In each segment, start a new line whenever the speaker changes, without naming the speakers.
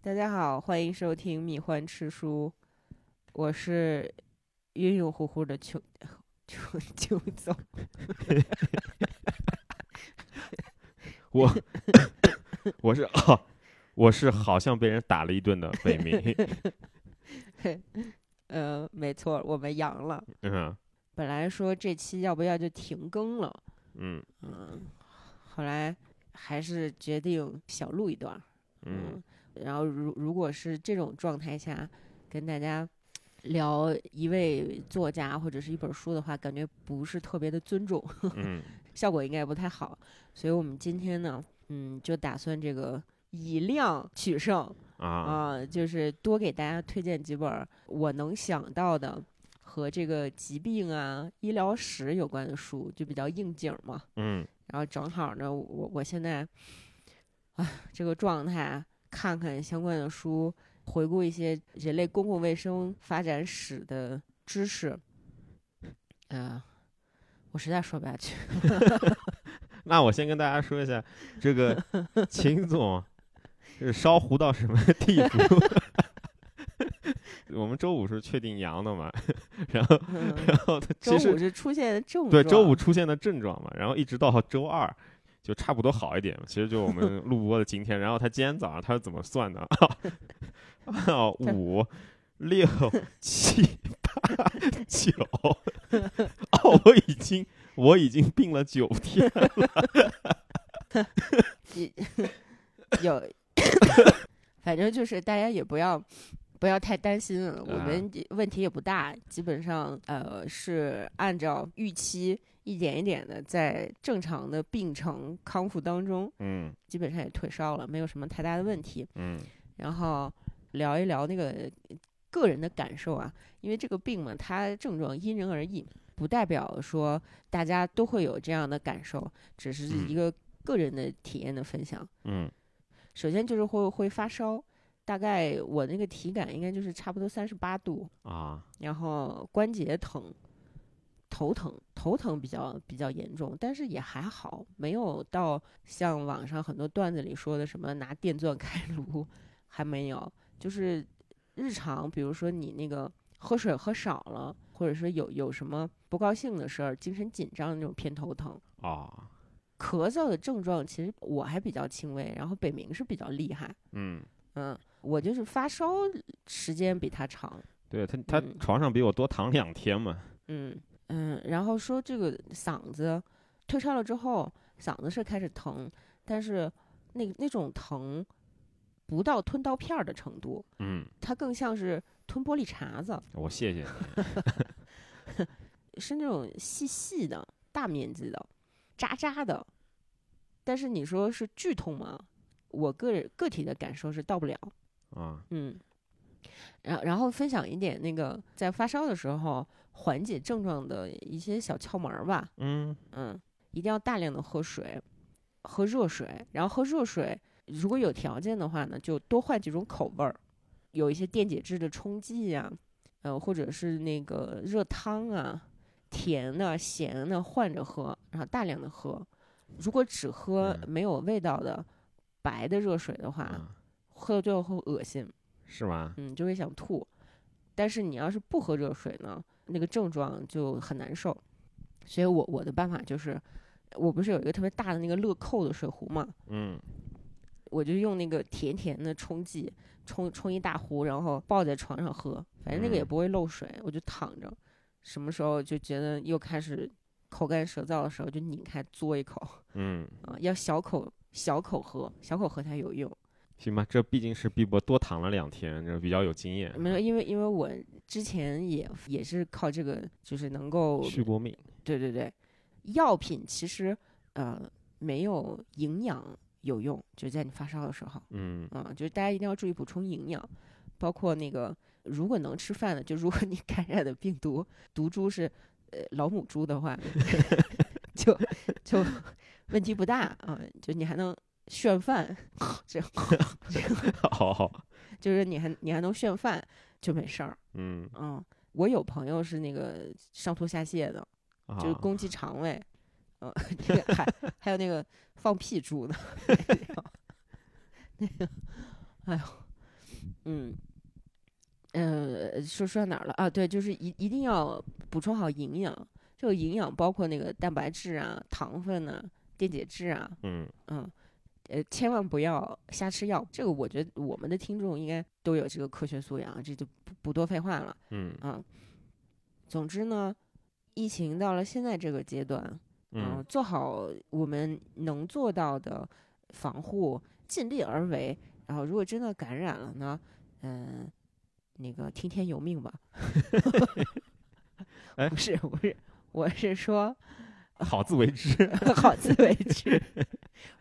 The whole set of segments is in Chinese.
大家好，欢迎收听米欢吃书，我是晕晕乎乎的穷穷穷总。
我 我是啊、我是好像被人打了一顿的北明，
呃，没错，我们阳了。
嗯
本来说这期要不要就停更了，
嗯
嗯，后来还是决定小录一段儿，
嗯，
然后如如果是这种状态下跟大家聊一位作家或者是一本书的话，感觉不是特别的尊重。
嗯
效果应该不太好，所以我们今天呢，嗯，就打算这个以量取胜
啊
啊、就是多给大家推荐几本儿我能想到的和这个疾病啊、医疗史有关的书，就比较应景嘛。
嗯
然后正好呢，我我现在啊这个状态，啊看看相关的书，回顾一些人类公共卫生发展史的知识，呃，我实在说不下去。
那我先跟大家说一下，这个秦总是烧糊到什么地步？我们周五是确定阳的嘛， 然后
嗯
然后他
周
其
五
实
是出现的 症状，
对周五出现的症状嘛，然后一直到周二。就差不多好一点，其实就我们 录播的今天。然后他今天早上他是怎么算的？ 啊，五、 六、七、八、九， 哦，我已经我已经病了九天 了。
有，反正就是大家也不要不要太担心，我
啊
们也问题也不大，基本上呃是按照预期一点一点的在正常的病程康复当中，
嗯
基本上也退烧了，没有什么太大的问题。
嗯
然后聊一聊那个个人的感受啊，因为这个病嘛，它症状因人而异，不代表说大家都会有这样的感受，只是
嗯
一个个人的体验的分享。
嗯
首先就是会会发烧，大概我那个体感应该就是差不多三十八度，
啊
然后关节疼，头疼，头疼比较比较严重，但是也还好，没有到像网上很多段子里说的什么拿电钻开颅，还没有，就是日常，比如说你那个喝水喝少了，或者说有有什么不高兴的事儿，精神紧张的那种偏头疼。
啊
咳嗽的症状其实我还比较轻微，然后北明是比较厉害，
嗯，
嗯，我就是发烧时间比他长，
对他他
嗯
床上比我多躺两天嘛。
嗯嗯，然后说这个嗓子退烧了之后，嗓子是开始疼，但是那那种疼不到吞刀片儿的程度，
嗯，
它更像是吞玻璃碴子，
我谢谢你。
是那种细细的、大面积的、扎扎的。但是你说是剧痛吗？我个人个体的感受是到不了，
啊
嗯，然然后分享一点那个在发烧的时候缓解症状的一些小窍门儿吧。
嗯
嗯，一定要大量的喝水，喝热水，然后喝热水，如果有条件的话呢，就多换几种口味儿，有一些电解质的冲剂呀、呃，或者是那个热汤啊，甜的、咸的换着喝，然后大量的喝。如果只喝
嗯
没有味道的白的热水的话，
啊，
喝到最后会恶心。
是吗？
嗯，就会想吐。但是你要是不喝热水呢，那个症状就很难受。所以我我的办法就是，我不是有一个特别大的那个乐扣的水壶嘛，
嗯
我就用那个甜甜的冲剂冲冲一大壶，然后抱在床上喝，反正那个也
嗯
不会漏水，我就躺着。什么时候就觉得又开始口干舌燥的时候，就拧开嘬一口
嗯，
啊，要小口小口喝，小口喝才有用。
行吧，这毕竟是碧波多躺了两天，这比较有经验。
没有，因为因为我之前也也是靠这个，就是能够
续过命。
对对对，药品其实呃没有营养有用，就在你发烧的时候，
嗯
嗯，就是大家一定要注意补充营养，包括那个如果能吃饭的，就如果你 感染的病毒毒株是呃老母猪的话， 就就问题不大啊、就你还能炫饭， 这样这样
好好。
就是你还你还能炫饭就没事儿，
嗯
嗯。我有朋友是那个上吐下泻的，
啊，
就是攻击肠胃，嗯、这个还还 有那个放屁猪的，那个，哎呦，嗯，呃，说说到哪儿了啊？对，就是一一定要补充好营养。这个营养包括那个蛋白质啊、糖分呐、电解质啊，
嗯，
嗯，呃，千万不要瞎吃药。这个我觉得我们的听众应该都有这个科学素养啊，这就不不多废话了。
嗯
啊。总之呢，疫情到了现在这个阶段，嗯、
嗯
做好我们能做到的防护，尽力而为。然后，如果真的感染了呢，嗯、那个听天由命吧。
哎
不是，不是，我是说
好自为 之。
好自为之。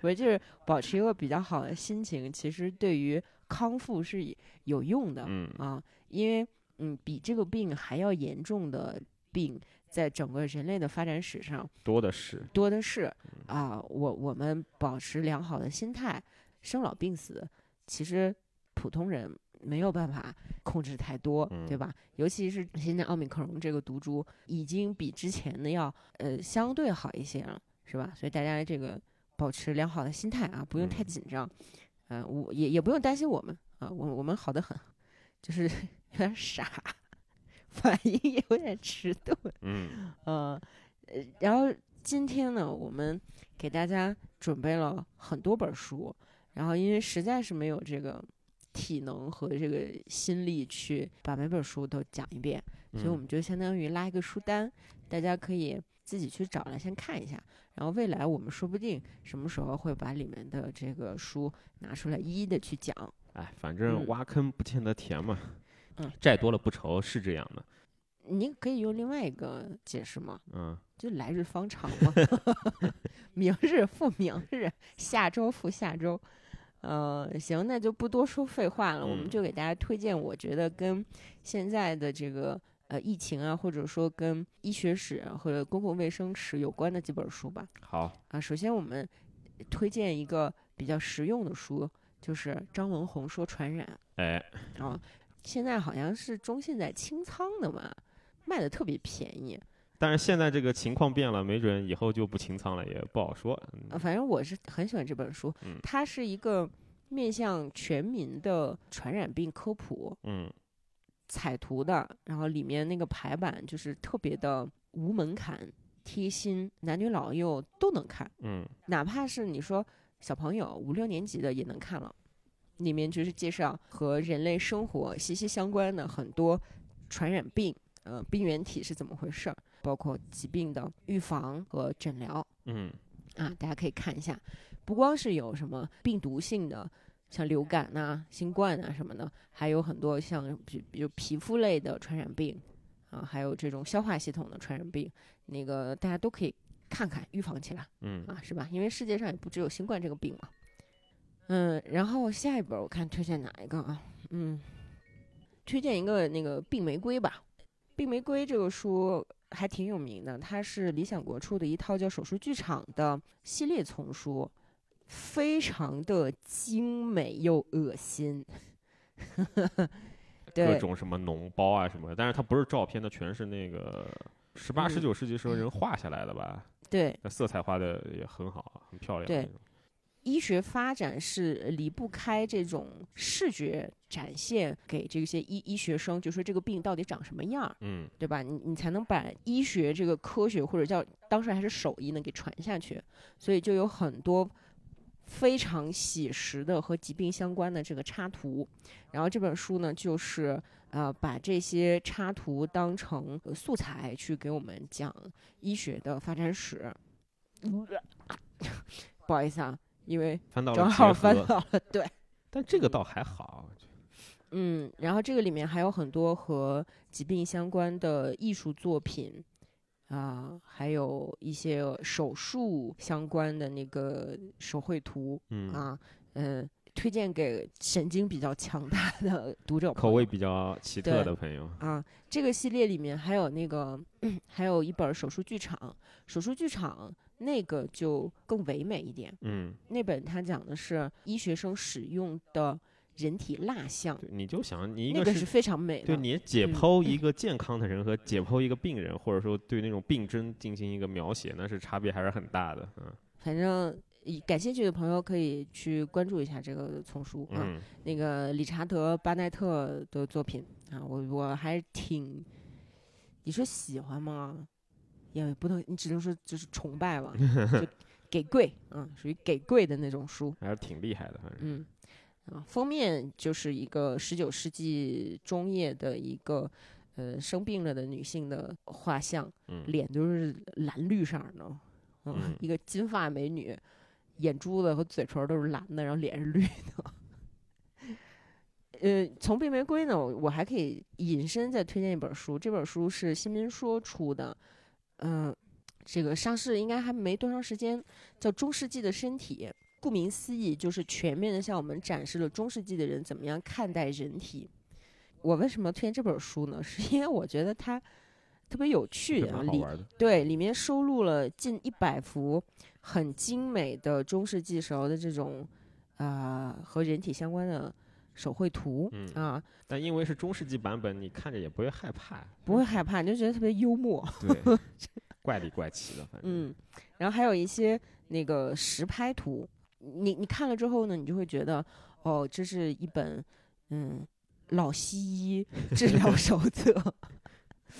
我就是保持一个比较好的心情，其实对于康复是有用的。
嗯
啊，因为嗯，比这个病还要严重的病，在整个人类的发展史上
多的是。嗯
多的是啊。我我们保持良好的心态，生老病死，其实普通人没有办法控制太多，对
嗯
吧？尤其是现在奥密克戎这个毒株，已经比之前的要呃相对好一些了，是吧？所以大家这个保持良好的心态啊，不用太
嗯
紧张，嗯、我也也不用担心我们啊，我我们好的很，就是 有点傻，反应也有点迟钝。
嗯
呃，呃然后今天呢，我们给大家准备了很多本书，然后因为实在是没有这个体能和这个心力去把每本书都讲一遍，所以我
嗯
们就相当于拉一个书单，大家可以自己去找来先看一下，然后未来我们说不定什么时候会把里面的这个书拿出来一一的去讲。
哎，反正
嗯
挖坑不见得甜嘛，
嗯
债多了不愁是这样的。
你可以用另外一个解释吗？
嗯，
就来日方长嘛， 明日复明日，下周复下周。呃，行，那就不多说废话了，我们
嗯
就给大家推荐，我觉得跟现在的这个呃疫情啊，或者说跟医学史或者公共卫生史有关的几本书吧。
好，
啊，首先我们推荐一个比较实用的书，就是张文宏说传染
哎，
啊，现在好像是中信在清仓的嘛，卖的特别便宜。
但是现在这个情况变了，没准以后就不清仓了，也不好说。
呃，
嗯
反正我是很喜欢这本书，
嗯
它是一个面向全民的传染病科普
嗯
彩图的，然后里面那个排版就是特别的无门槛、贴心，男女老幼都能看，
嗯
哪怕是你说小朋友五六年级的也能看了。里面就是介绍和人类生活息息相关的很多传染病，呃，病原体是怎么回事儿，包括疾病的预防和诊疗。
嗯
啊，大家可以看一下，不光是有什么病毒性的，像流感呐、新冠啊什么的，还有很多像比比如皮肤类的传染病啊，还有这种消化系统的传染病，那个大家都可以看看，预防起来
嗯
啊，是吧？因为世界上也不只有新冠这个病嘛。嗯，然后下一本我看推荐哪一个啊？嗯，推荐一个那个《病玫瑰》吧，《病玫瑰》这个书还挺有名的，它是理想国出的一套叫《手术剧场》的系列丛书，非常的精美又恶心。
各
对，
种什么脓包啊什么的，但是它不是照片的，全是那个十八、
嗯
十九世纪时候人画下来的吧？
对，
那色彩画的也很好，很漂亮
对
那种。
医学发展是呃离不开这种视觉展现给这些医医学生，就说这个病到底长什么样儿，
嗯
对吧？你你才能把医学这个科学或者叫当时还是手艺呢给传下去，所以就有很多非常写实的和疾病相关的这个插图。然后这本书呢，就是呃把这些插图当成呃素材去给我们讲医学的发展史。 不好意思啊，因为
翻到了
正
结
好翻
合
到 了，对，
但这个倒还好。
嗯，然后这个里面还有很多和疾病相关的艺术作品啊、还有一些手术相关的那个手绘图
嗯，
啊，嗯、推荐给神经比较强大的读者朋
口
友
味比较奇
对
特的朋友。
啊，这个系列里面还有那个， 还有一本儿手术剧场，手术剧场那个就更唯美一点，
嗯，
那本它讲的是医学生使用的人体蜡像，
对，你就想你一
那
个
个
是
是非常美的。
对你解
嗯
剖一个健康的人和解剖一个病人，或者说对那种病症进行一个描写，那是差别还是很大的。嗯
反正以感兴趣的朋友可以去关注一下这个丛书啊，
嗯
那个理查德·巴奈特的作品啊，我我还挺，你说喜欢吗？也不能，你只能说就是崇拜了，就给贵啊，属于给贵的那种书。
还是挺厉害的，反正
嗯，啊，封面就是一个十九世纪中叶的一个呃生病了的女性的画像，
嗯
脸都是蓝绿色儿的，嗯，
嗯
一个金发美女，眼珠子和嘴唇儿都是蓝的，然后脸是绿的。呃，从《病玫瑰》呢，我还可以引申再推荐一本书，这本书是新民说出的，嗯、这个上市应该还没多长时间，叫《中世纪的身体》。顾名思义，就是全面的向我们展示了中世纪的人怎么样看待人体。我为什么推荐这本书呢？是因为我觉得它特别有趣
挺
啊，
蛮好
里
玩的。
对，里面收录了近一百幅很精美的中世纪时候的这种啊、和人体相关的手绘图、
嗯
啊，
但因为是中世纪版本，你看着也不会害怕，
不会害怕，你就觉得特别幽 默。
对，怪里怪气的，反正
嗯，然后还有一些那个实拍图，你你看了之后呢，你就会觉得，哦，这是一本嗯老西医治疗手册。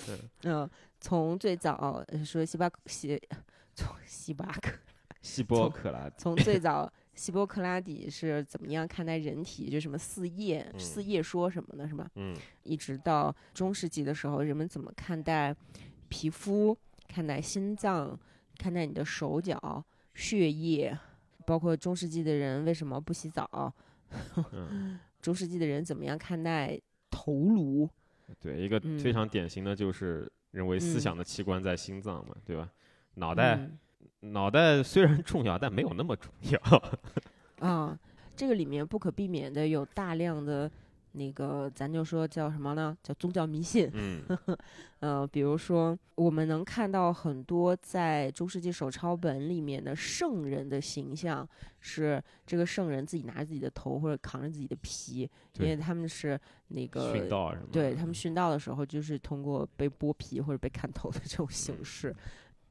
嗯
嗯、从最早呃说希巴克希， 从希巴克，
希波
从
克拉
从最早希波克拉底是怎么样看待人体，就什么四叶、
嗯
四叶说什么的，是吧？
嗯
一直到中世纪的时候，人们怎么看待皮肤、看待心脏、看待你的手脚、血液，包括中世纪的人为什么不洗澡，
嗯，
中世纪的人怎么样看待头颅，
对，一个
嗯
非常典型的就是认为思
嗯
想的器官在心脏嘛，对吧？脑袋
嗯
脑袋虽然重要，但没有那么重要。
啊，这个里面不可避免的有大量的那个，咱就说叫什么呢？叫宗教迷信。
嗯
呃，比如说，我们能看到很多在中世纪手抄本里面的圣人的形象，是这个圣人自己拿着自己的头或者扛着自己的皮，因
对
为他们是那个
殉道什嗯么的？
对他们殉道的时候，就是通过被剥皮或者被砍头的这种形
嗯
式。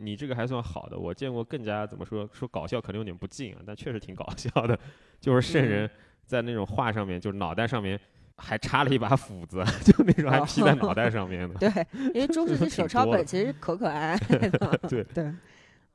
你这个还算好的，我见过更加怎么说说搞笑，可能有点不敬啊，但确实挺搞笑的，就是圣人
嗯
在那种画上面，就是脑袋上面还插了一把斧子， 就那种还披在脑袋上面的，
哦 对，因为中世 纪
挺
手抄
多
本
的
其实是可可爱爱的。
对
对，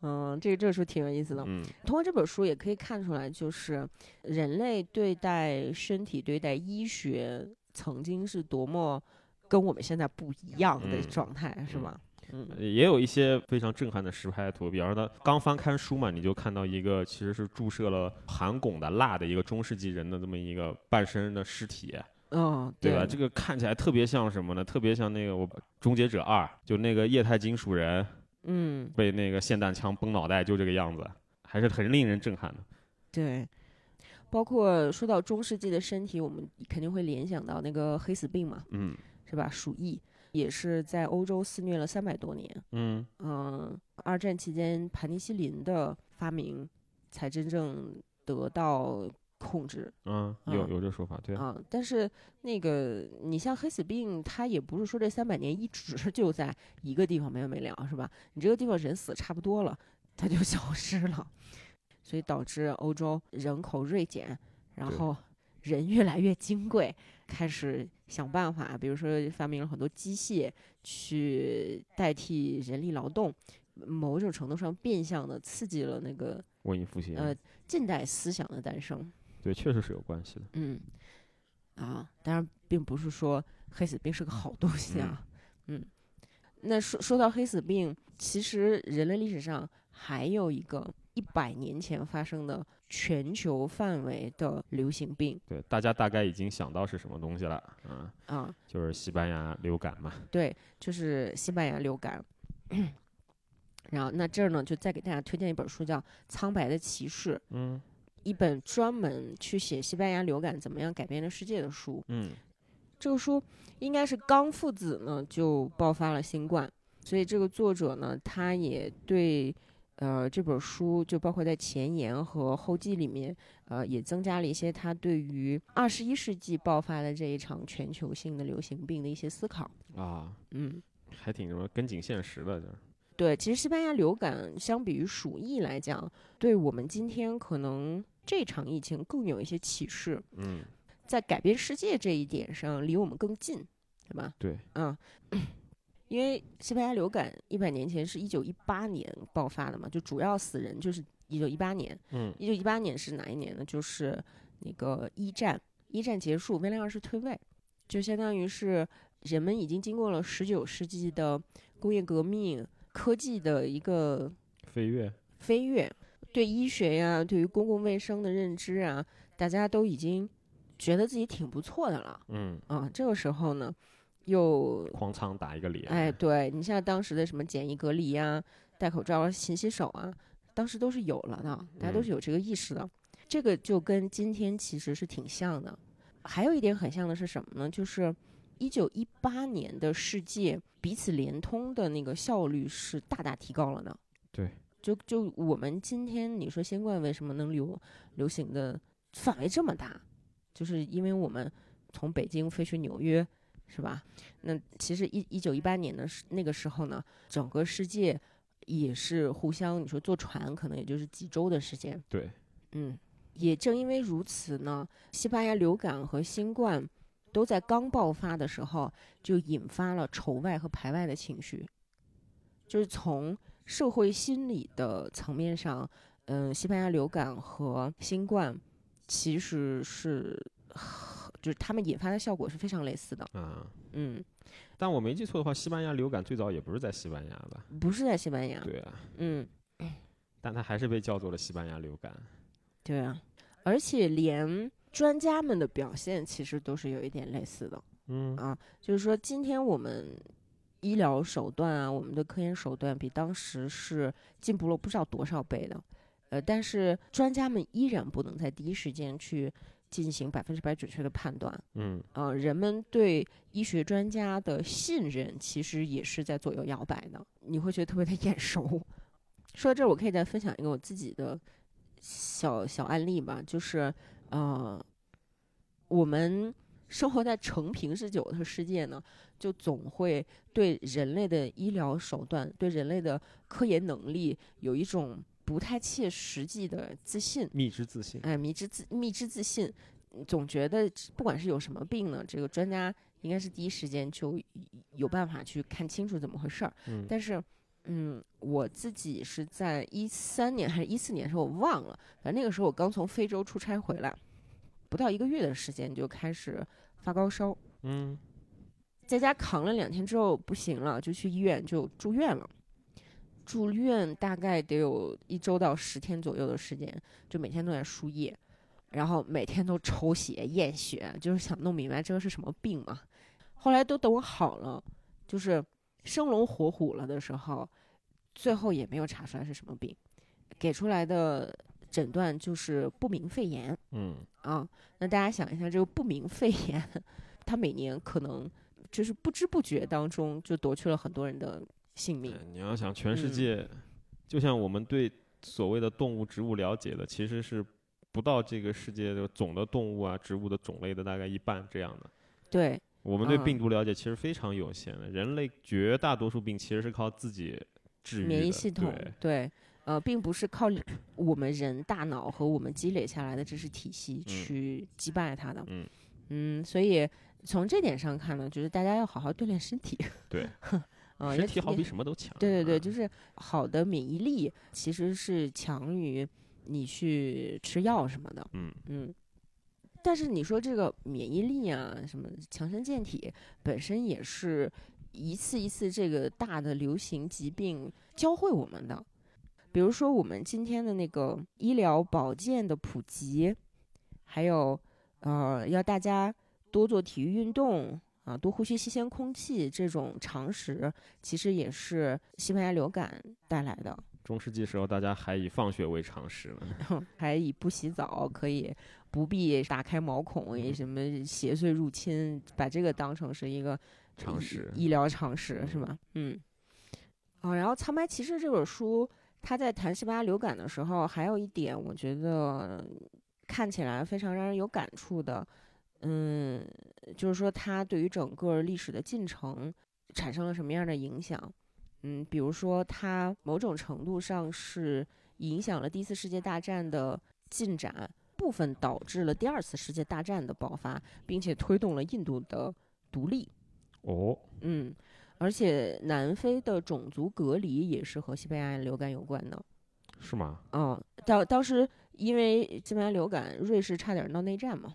嗯，这个这个书挺有意思的。
嗯
通过这本书也可以看出来，就是人类对待身体、对待医学，曾经是多么跟我们现在不一样的
嗯
状态，是
嗯
吗？嗯
也有一些非常震撼的实拍图，比方说他刚翻开书嘛，你就看到一个其实是注射了含汞的钠的一个中世纪人的这么一个半身的尸体，
嗯，
对吧？这个看起来特别像什么呢？特别像那个我《终结者二》，就那个液态金属人，
嗯，
被那个霰弹枪崩脑袋，就这个样子，还是很令人震撼的。
对。包括说到中世纪的身体，我们肯定会联想到那个黑死病嘛，
嗯
是吧？鼠疫也是在欧洲肆虐了三百多年。
嗯，
嗯，二战期间盘尼西林的发明才真正得到控制。
啊，有有这说法，对啊，
啊、但是那个你像黑死病，它也不是说这三百年一直 就在一个地方没完没了，是吧？你这个地方人死差不多了，它就 消失了，所以导致欧洲人口锐减，然
对
后人越来越金贵，开始想办法，比如说发明了很多机械去代替人力劳动，某种程度上变相的刺激了那个
文艺复兴，
呃近代思想的诞生。
对，确实是有关系的。
嗯，啊，当然并不是说黑死病是个好东西啊。 嗯，那说说到黑死病，其实人类历史上还有一个一百年前发生的全球范围的流行病
对，大家大概已经想到是什么东西了，啊，
啊，
就是西班牙流感嘛。
对，就是西班牙流感。 然后，那这儿呢，就再给大家推荐一本书，叫《苍白的骑士》，
嗯
一本专门去写西班牙流感怎么样改变了世界的书。
嗯，
这个书应该是刚父子呢就爆发了新冠，所以这个作者呢，他也对呃这本书就包括在前言和后记里面，呃也增加了一些他对于二十一世纪爆发的这一场全球性的流行病的一些思考。
啊，
嗯，
还挺什么跟紧现实的，就是
对，其实西班牙流感相比于鼠疫来讲，对我们今天可能这场疫情更有一些启示，
嗯，
在改变世界这一点上离我们更近，对吧？
对，
嗯， 因为西班牙流感一百年前是一九一八年爆发的嘛，就主要死人就是一九一八年。
嗯
一九一八年是哪一年呢？就是那个一战，一战结束，威廉二世退位，就相当于是人们已经经过了十九世纪的工业革命、科技的一个
飞跃，
飞跃，对医学呀、对于公共卫生的认知啊，大家都已经觉得自己挺不错的了
嗯，
啊。这个时候呢，又
哐嚓打一个脸，
哎，，对你像当时的什么简易隔离呀、戴口罩啊、勤洗手啊，当时都是有了的，大家都是有这个意识的。这个就跟今天其实是挺像的。还有一点很像的是什么呢？就是一九一八年的世界彼此联通的那个效率是大大提高了的。
对，
就就我们今天你说新冠为什么能流流行的范围这么大，就是因为我们从北京飞去纽约，是吧？那其实一一九一八年的时那个时候呢，整个世界也是互相，你说坐船可能也就是几周的时间，
对，
嗯，也正因为如此呢，西班牙流感和新冠都在刚爆发的时候就引发了仇外和排外的情绪，就是从社会心理的层面上，嗯，西班牙流感和新冠其实是。就是他们引发的效果是非常类似的，
啊，
嗯，
但我没记错的话，西班牙流感最早也不是在西班牙吧？
不是在西班牙，
对啊，
嗯，
但它还是被叫做了西班牙流感。
对啊，而且连专家们的表现其实都是有一点类似的，
嗯
啊，就是说今天我们医疗手段啊，我们的科研手段比当时是进步了不知道多少倍的，呃，但是专家们依然不能在第一时间去进行百分之百准确的判断，
嗯，
啊，人们对医学专家的信任其实也是在左右摇摆的，你会觉得特别的眼熟。说到这儿，我可以再分享一个我自己的小小案例吧，就是呃，我们生活在成平日久的世界呢，就总会对人类的医疗手段、对人类的科研能力有一种不太切实际的自信。
蜜汁自信。
哎，迷之自迷之自信，嗯总觉得不管是有什么病呢，这个专家应该是第一时间就有办法去看清楚怎么回事儿。
嗯
但是，嗯，我自己是在一三年还是一四年的时候，我忘了，反正那个时候我刚从非洲出差回来，不到一个月的时间就开始发高烧，
嗯
在家扛了两天之后不行了，就去医院就住院了。住院大概得有一周到十天左右的时间，就每天都在输液，然后每天都抽血验血，就是想弄明白这个是什么病嘛。后来都等我好了，就是生龙活虎了的时候，最后也没有查出来是什么病，给出来的诊断就是不明肺炎。
嗯，
啊，那大家想一下，这个不明肺炎，它每年可能就是不知不觉当中就夺去了很多人的性命
哎。你要想全世
嗯
界，就像我们对所谓的动物、植物了解的，其实是不到这个世界的总的动物啊、植物的种类的大概一半这样的。
对
我们对
嗯
病毒了解其实非常有限的，人类绝大多数病其实是靠自己治愈的，
免疫系统，
对
对呃，并不是靠我们人大脑和我们积累下来的知识体系
嗯
去击败它的。
嗯
嗯所以从这点上看呢，就是大家要好好锻炼身体。
对
啊，也
身体好
也
比什么都强。
对对对，
啊
就是好的免疫力其实是强于你去吃药什么的。
嗯
嗯，但是你说这个免疫力啊，什么强身健体，本身也是一次一次这个大的流行疾病教会我们的。比如说我们今天的那个医疗保健的普及，还有呃，要大家多做体育运动啊，多呼吸新鲜空气这种常识，其实也是西班牙流感带来的。
中世纪时候大家还以放血为常识呢。
还以不洗澡可以不必打开毛孔，也
嗯
什么邪祟入侵，把这个当成是一个
常
医
识
医疗常识是
嗯
吧？嗯，啊，然后《苍白骑士》这本书，他在谈西班牙流感的时候，还有一点我觉得看起来非常让人有感触的，嗯，就是说他对于整个历史的进程产生了什么样的影响。嗯，比如说它某种程度上是影响了第一次世界大战的进展，部分导致了第二次世界大战的爆发，并且推动了印度的独立。
哦，
嗯，而且南非的种族隔离也是和西班牙流感有关的。
是吗？
嗯，当当时因为西班牙流感，瑞士差点闹内战嘛，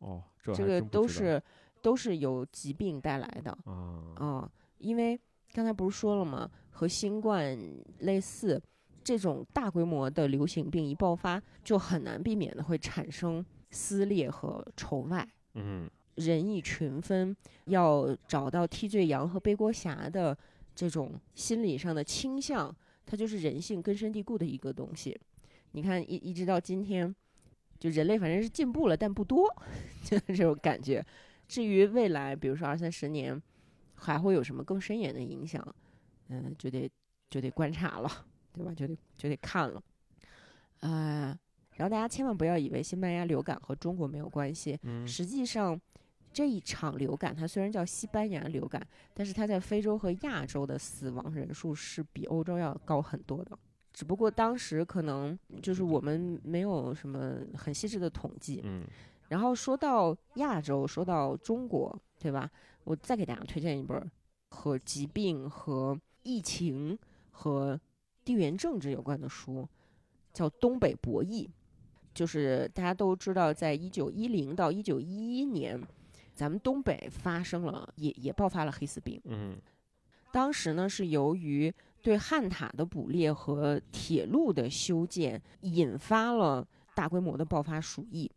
哦，这
这
还
个
真不
都
知道
是都是由疾病带来的。
啊，
啊、因为刚才不是说了吗？和新冠类似，这种大规模的流行病一爆发，就很难避免的会产生撕裂和仇外，
嗯，
人以群分，要找到替罪羊和背锅侠的这种心理上的倾向，它就是人性根深蒂固的一个东西。你看，一一直到今天，就人类反正是进步了，但不多， 就是这种感觉。至于未来，比如说二三十年，还会有什么更深远的影响，嗯、就得就得观察了，对吧？就得就得看了，呃。然后大家千万不要以为西班牙流感和中国没有关系，
嗯
实际上，这一场流感，它虽然叫西班牙流感，但是它在非洲和亚洲的死亡人数是比欧洲要高很多的。只不过当时可能就是我们没有什么很细致的统计。
嗯，
然后说到亚洲，说到中国，对吧？我再给大家推荐一本儿和疾病、和疫情、和地缘政治有关的书，叫《东北博弈》。就是大家都知道，在一九一零到一九一一年，咱们东北发生了也也爆发了黑死病。
嗯，
当时呢，是由于对汉塔的捕猎和铁路的修建，引发了大规模的爆发鼠疫。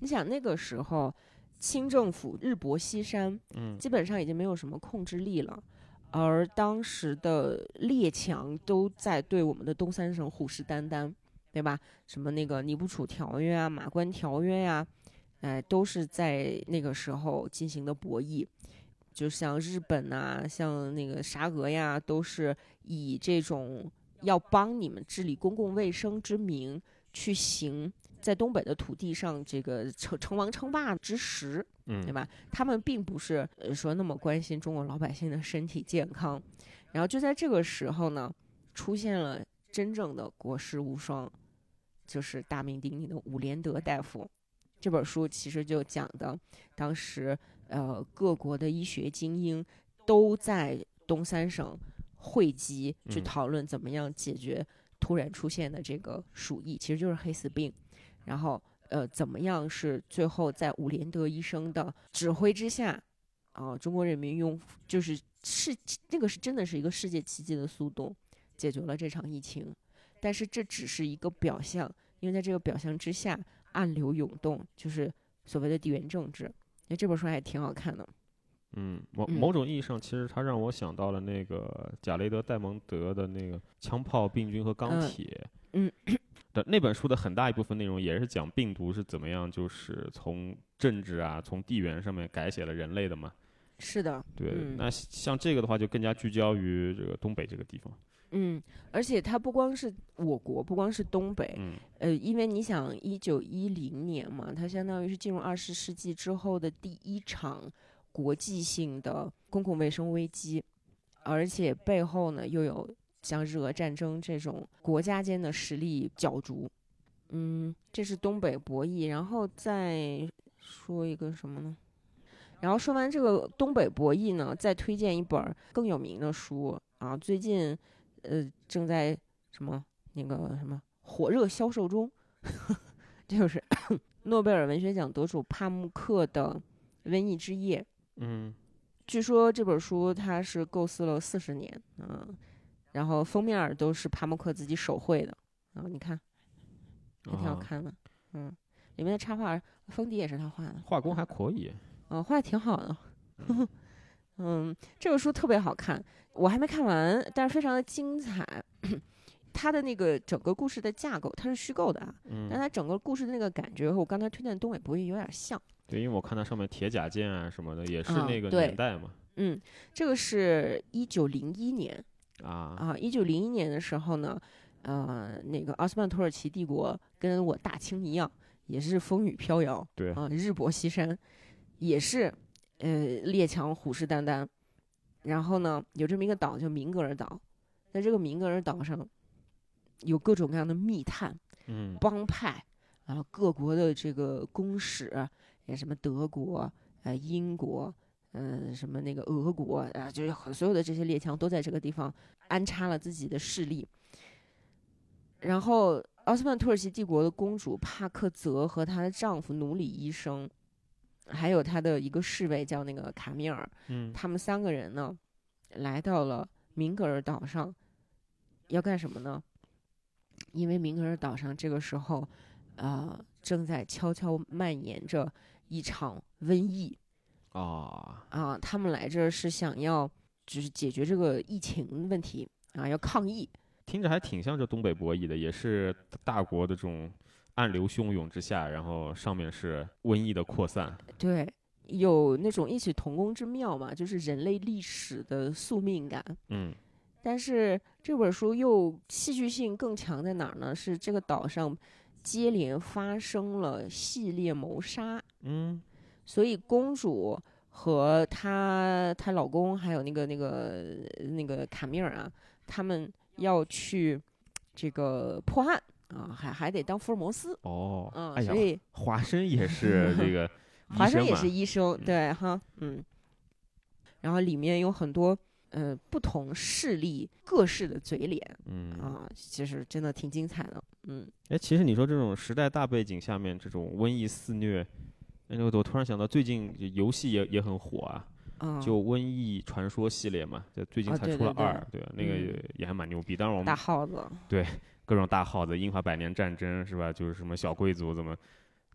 你想那个时候，清政府日薄西山，
嗯
基本上已经没有什么控制力了，而当时的列强都在对我们的东三省虎视眈眈，对吧？什么那个尼布楚条约啊、马关条约呀、哎、都是在那个时候进行的博弈。就像日本呐、像那个沙俄呀，都是以这种要帮你们治理公共卫生之名去行在东北的土地上这个称称王称霸之实，
嗯，
对吧？他们并不是呃说那么关心中国老百姓的身体健康。然后就在这个时候呢，出现了真正的国师无双，就是大名鼎鼎的伍连德大夫。这本书其实就讲的当时呃各国的医学精英都在东三省汇集去
嗯
讨论怎么样解决突然出现的这个鼠疫，其实就是黑死病。然后呃，怎么样是最后在伍连德医生的指挥之下，啊、中国人民用就是世那个是真的是一个世界奇迹的速度解决了这场疫情，但是这只是一个表象，因为在这个表象之下，暗流涌动，就是所谓的地缘政治。哎，这本书还挺好看的，
嗯，某
嗯
某种意义上，其实它让我想到了那个贾雷德·戴蒙德的那个《枪炮、病菌和钢
嗯
铁》
嗯
的那本书的很大一部分内容也是讲病毒是怎么样，就是从政治啊、从地缘上面改写了人类的嘛。
是的，
对，
嗯
那像这个的话，就更加聚焦于这个东北这个地方。
嗯，而且它不光是我国，不光是东北，
嗯
呃，因为你想，一九一零年嘛，它相当于是进入二十世纪之后的第一场国际性的公共卫生危机，而且背后呢又有像日俄战争这种国家间的实力角逐。嗯，这是东北博弈，然后再说一个什么呢？然后说完这个东北博弈呢，再推荐一本儿更有名的书啊，最近呃正在什么那个什么火热销售中， 就是 诺贝尔文学奖得主帕慕克的《瘟疫之夜》。
嗯，
据说这本书他是构思了四十年，嗯，然后封面儿都是帕慕克自己手绘的，啊，你看还挺好
啊
看的，嗯，里面的插画封底也是他画的，
画工还可以。
嗯，画的挺好的。 嗯，这个书特别好看，我还没看完，但是非常的精彩。 它的那个整个故事的架构，它是虚构的啊，但
嗯，
它整个故事的那个感觉和我刚才推荐的东北博弈有点像。
对，因为我看它上面铁甲剑啊什么的，也是
啊
那个
对
年代嘛。
嗯，这个是一九零一年
啊，
啊，一九零一年的时候呢，呃，那个奥斯曼土耳其帝国跟我大清一样，也是风雨飘摇，
对
啊，日薄西山，也是呃列强虎视眈眈。然后呢，有这么一个岛叫明格尔岛，在这个明格尔岛上，有各种各样的密探、
嗯
帮派，然后各国的这个公使，也什么德国、呃英国，嗯、什么那个俄国啊、就是很所有的这些列强都在这个地方安插了自己的势力。然后，奥斯曼土耳其帝国的公主帕克泽和她的丈夫努里医生，还有她的一个侍卫叫那个卡米尔，
嗯
他们三个人呢，来到了明格尔岛上，要干什么呢？因为明格尔岛上这个时候，呃，正在悄悄蔓延着一场瘟疫
啊，
啊。他们来这儿是想要就是解决这个疫情问题啊，要抗疫。
听着还挺像这东北博弈的，也是大国的这种暗流汹涌之下，然后上面是瘟疫的扩散。
对，有那种异曲同工之妙嘛，就是人类历史的宿命感。
嗯
但是这本书又戏剧性更强在哪儿呢？是这个岛上接连发生了系列谋杀，
嗯
所以公主和她她老公还有那个那个那个卡米尔啊，他们要去这个破案啊，还还得当福尔摩斯。
哦，
嗯，
哎呀
所，以
华生也是这个 医
华生
生
也
嘛
是医生，
嗯
对哈，嗯。然后里面有很多呃不同势力各式的嘴脸，
嗯，
啊，其实真的挺精彩的，嗯，
哎，其实你说这种时代大背景下面这种瘟疫肆虐，哎，我我突然想到最近游戏也也很火啊，
啊，
就《瘟疫传说》系列嘛，就最近
啊
才
对
出了
对对
二、对吧？那个
嗯
也还蛮牛逼。当然我
大
们
耗子，
各种大号的英法百年战争是吧？就是什么小贵族怎么，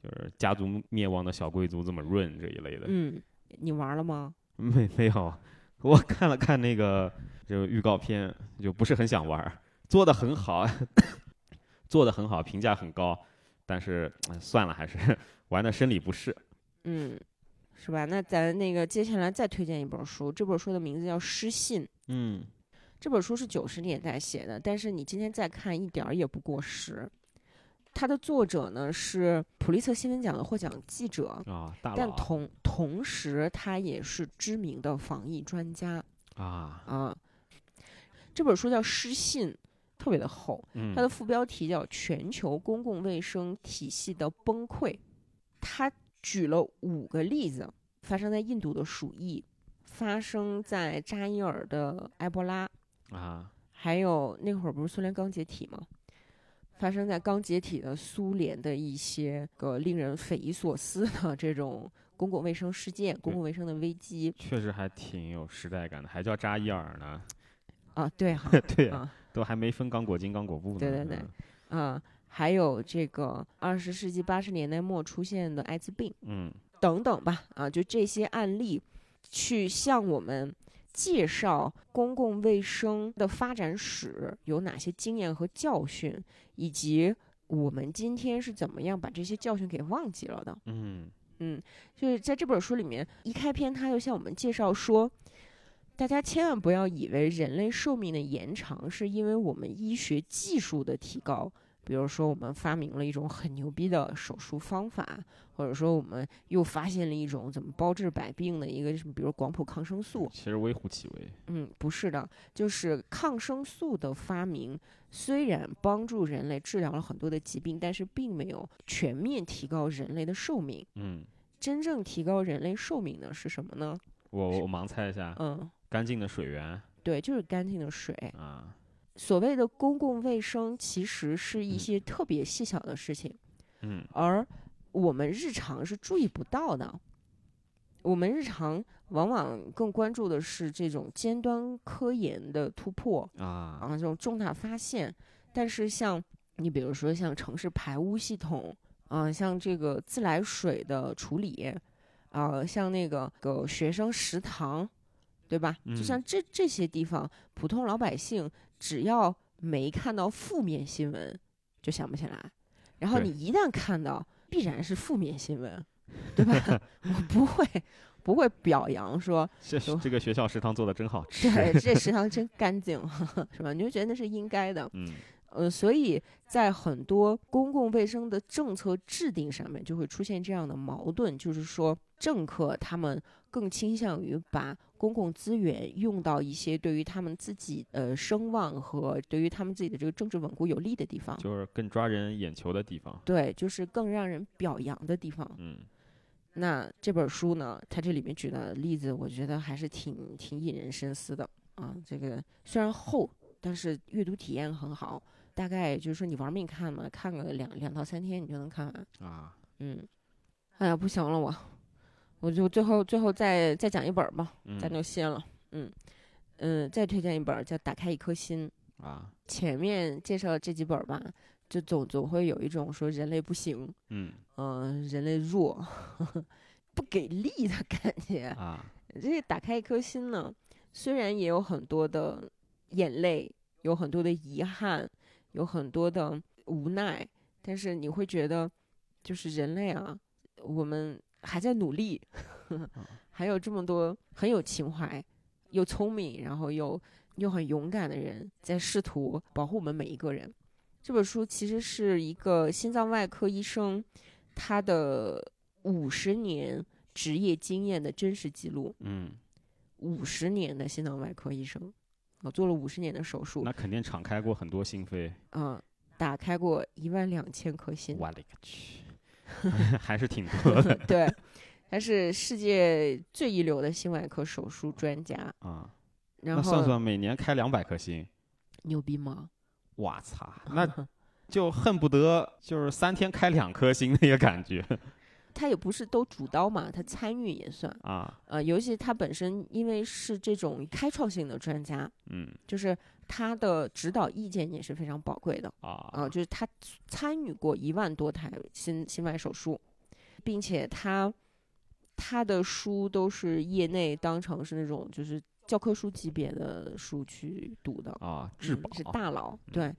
就是家族灭亡的小贵族怎么润这一类的。
嗯，你玩了吗？
没没有，我看了看那个就预告片，就不是很想玩儿。做的很好， 做的很好，评价很高，但是哎算了，还是 玩的生理不适。
嗯，是吧？那咱那个接下来再推荐一本书，这本书的名字叫《失信》，
嗯，
这本书是九十年代写的，但是你今天再看一点儿也不过时。它的作者呢是普利策新闻奖的获奖记者，
啊、大
但
佬
同同时他也是知名的防疫专家
啊，
啊。这本书叫《失信》，特别的厚，
嗯
它的副标题叫“全球公共卫生体系的崩溃”。它举了五个例子：发生在印度的鼠疫，发生在扎伊尔的埃博拉，
啊，
还有那会儿不是苏联刚解体吗？发生在刚解体的苏联的一些个令人匪夷所思的这种公共卫生事件、公共卫生的危机
确实还挺有时代感的，还叫扎伊
嗯
尔呢。
啊，对哈
对
啊，
都还没分刚果金、刚果布呢。
对对对啊，还有这个二十世纪八十年代末出现的艾滋病。
嗯，
等等吧，啊，就这些案例，去向我们介绍公共卫生的发展史有哪些经验和教训，以及我们今天是怎么样把这些教训给忘记了的。
嗯
嗯，就是在这本书里面，一开篇他就向我们介绍说，大家千万不要以为人类寿命的延长是因为我们医学技术的提高，比如说我们发明了一种很牛逼的手术方法，或者说我们又发现了一种怎么包治百病的一个什么，比如广谱抗生素
嗯，。其实微乎其微。
嗯，不是的，就是抗生素的发明虽然帮助人类治疗了很多的疾病，但是并没有全面提高人类的寿命。
嗯，
真正提高人类寿命的是什么呢？
我我盲猜一下，
嗯，
干净的水源
对，就是干净的水。
啊，
所谓的公共卫生，其实是一
嗯
些特别细小的事情，
嗯
而我们日常是注意不到的。我们日常往往更关注的是这种尖端科研的突破
啊，
啊，这种重大发现。但是像你比如说像城市排污系统啊，像这个自来水的处理啊，像那个个学生食堂，对吧？就
嗯
像这这些地方，普通老百姓只要没看到负面新闻，就想不起来。然后
对
你一旦看到，必然是负面新闻，对 吧？我不会不会表扬说
这
有
这个学校食堂做的真好吃。
对这食堂真干净， 是吧？你就觉得那是应该的。
嗯
呃，所以在很多公共卫生的政策制定上面，就会出现这样的矛盾，就是说，政客他们更倾向于把公共资源用到一些对于他们自己呃声望和对于他们自己的这个政治稳固有利的地方。
就是更抓人眼球的地方。
对，就是更让人表扬的地方。
嗯，
那这本书呢，它这里面举的例子，我觉得还是挺挺引人深思的啊。这个虽然厚，但是阅读体验很好，大概就是说你玩命看嘛，看个两两到三天你就能看完。
啊，
嗯，哎呀，不行了我，我就最后最后再再讲一本吧，
嗯
咱就歇了。嗯嗯、呃再推荐一本叫《打开一颗心》。
啊，
前面介绍这几本吧，就总总会有一种说人类不行，
嗯
嗯、人类弱， 不给力的感觉。
啊，
这打开一颗心呢，虽然也有很多的眼泪，有很多的遗憾，有很多的无奈，但是你会觉得，就是人类啊，我们还在努力， 还有这么多很有情怀、又聪明，然后又又很勇敢的人，在试图保护我们每一个人。这本书其实是一个心脏外科医生，他的五十年职业经验的真实记录。
嗯，
五十年的心脏外科医生，我做了五十年的手术
那，肯定敞开过很多心扉。
嗯，打开过一万两千颗心，
我勒 个去，还是挺多的
对，他是世界最一流的心外科手术专家，
啊。
然
那
后
算算每年开两百颗心，
牛逼吗？
我操，那就恨不得就是三天开两颗心那个感觉
他也不是都主刀嘛，他参与也算，
啊。
呃，尤其他本身因为是这种开创性的专家，
嗯
就是他的指导意见也是非常宝贵的。啊、
啊
就是他参与过一万多台心心外手术，并且他他的书都是业内当成是那种就是教科书级别的书去读的，
啊，质
嗯
保
是大佬对。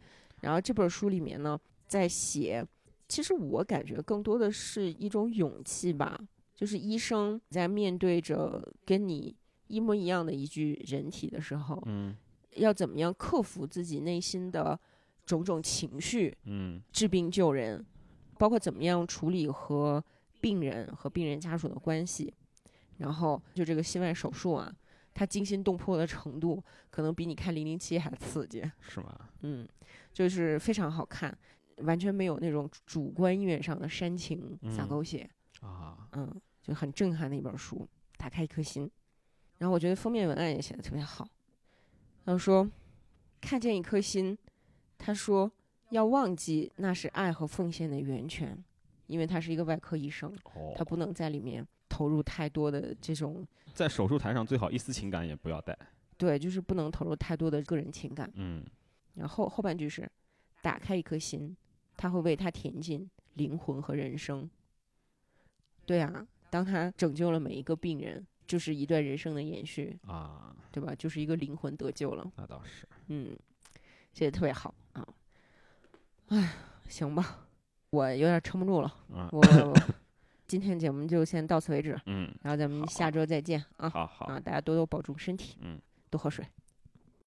然后这本书里面呢，在写，其实我感觉更多的是一种勇气吧，就是医生在面对着跟你一模一样的一具人体的时候，
嗯
要怎么样克服自己内心的种种情绪，
嗯
治病救人，包括怎么样处理和病人和病人家属的关系，然后就这个心外手术啊，它惊心动魄的程度，可能比你看《零零七》还刺激。
是吗？
嗯，就是非常好看，完全没有那种主观意愿上的煽情
嗯
撒狗血，
啊，
嗯就很震撼的一本书，打开一颗心。然后我觉得封面文案也写的特别好，他说看见一颗心，他说要忘记那是爱和奉献的源泉，因为他是一个外科医生，
哦，
他不能在里面投入太多的这种
在手术台上最好一丝情感也不要带。
对，就是不能投入太多的个人情感。
嗯
然后后半句是打开一颗心，他会为他填进灵魂和人生。对啊，当他拯救了每一个病人，就是一段人生的延续，
啊，
对吧？就是一个灵魂得救了。
那倒是。
嗯，写的特别好啊。哎，行吧，我有点撑不住了，
嗯
我今天节目就先到此为止，
嗯，
然后咱们
好
下周再见啊
好好
啊！大家多多保重身体，
嗯，
多喝水，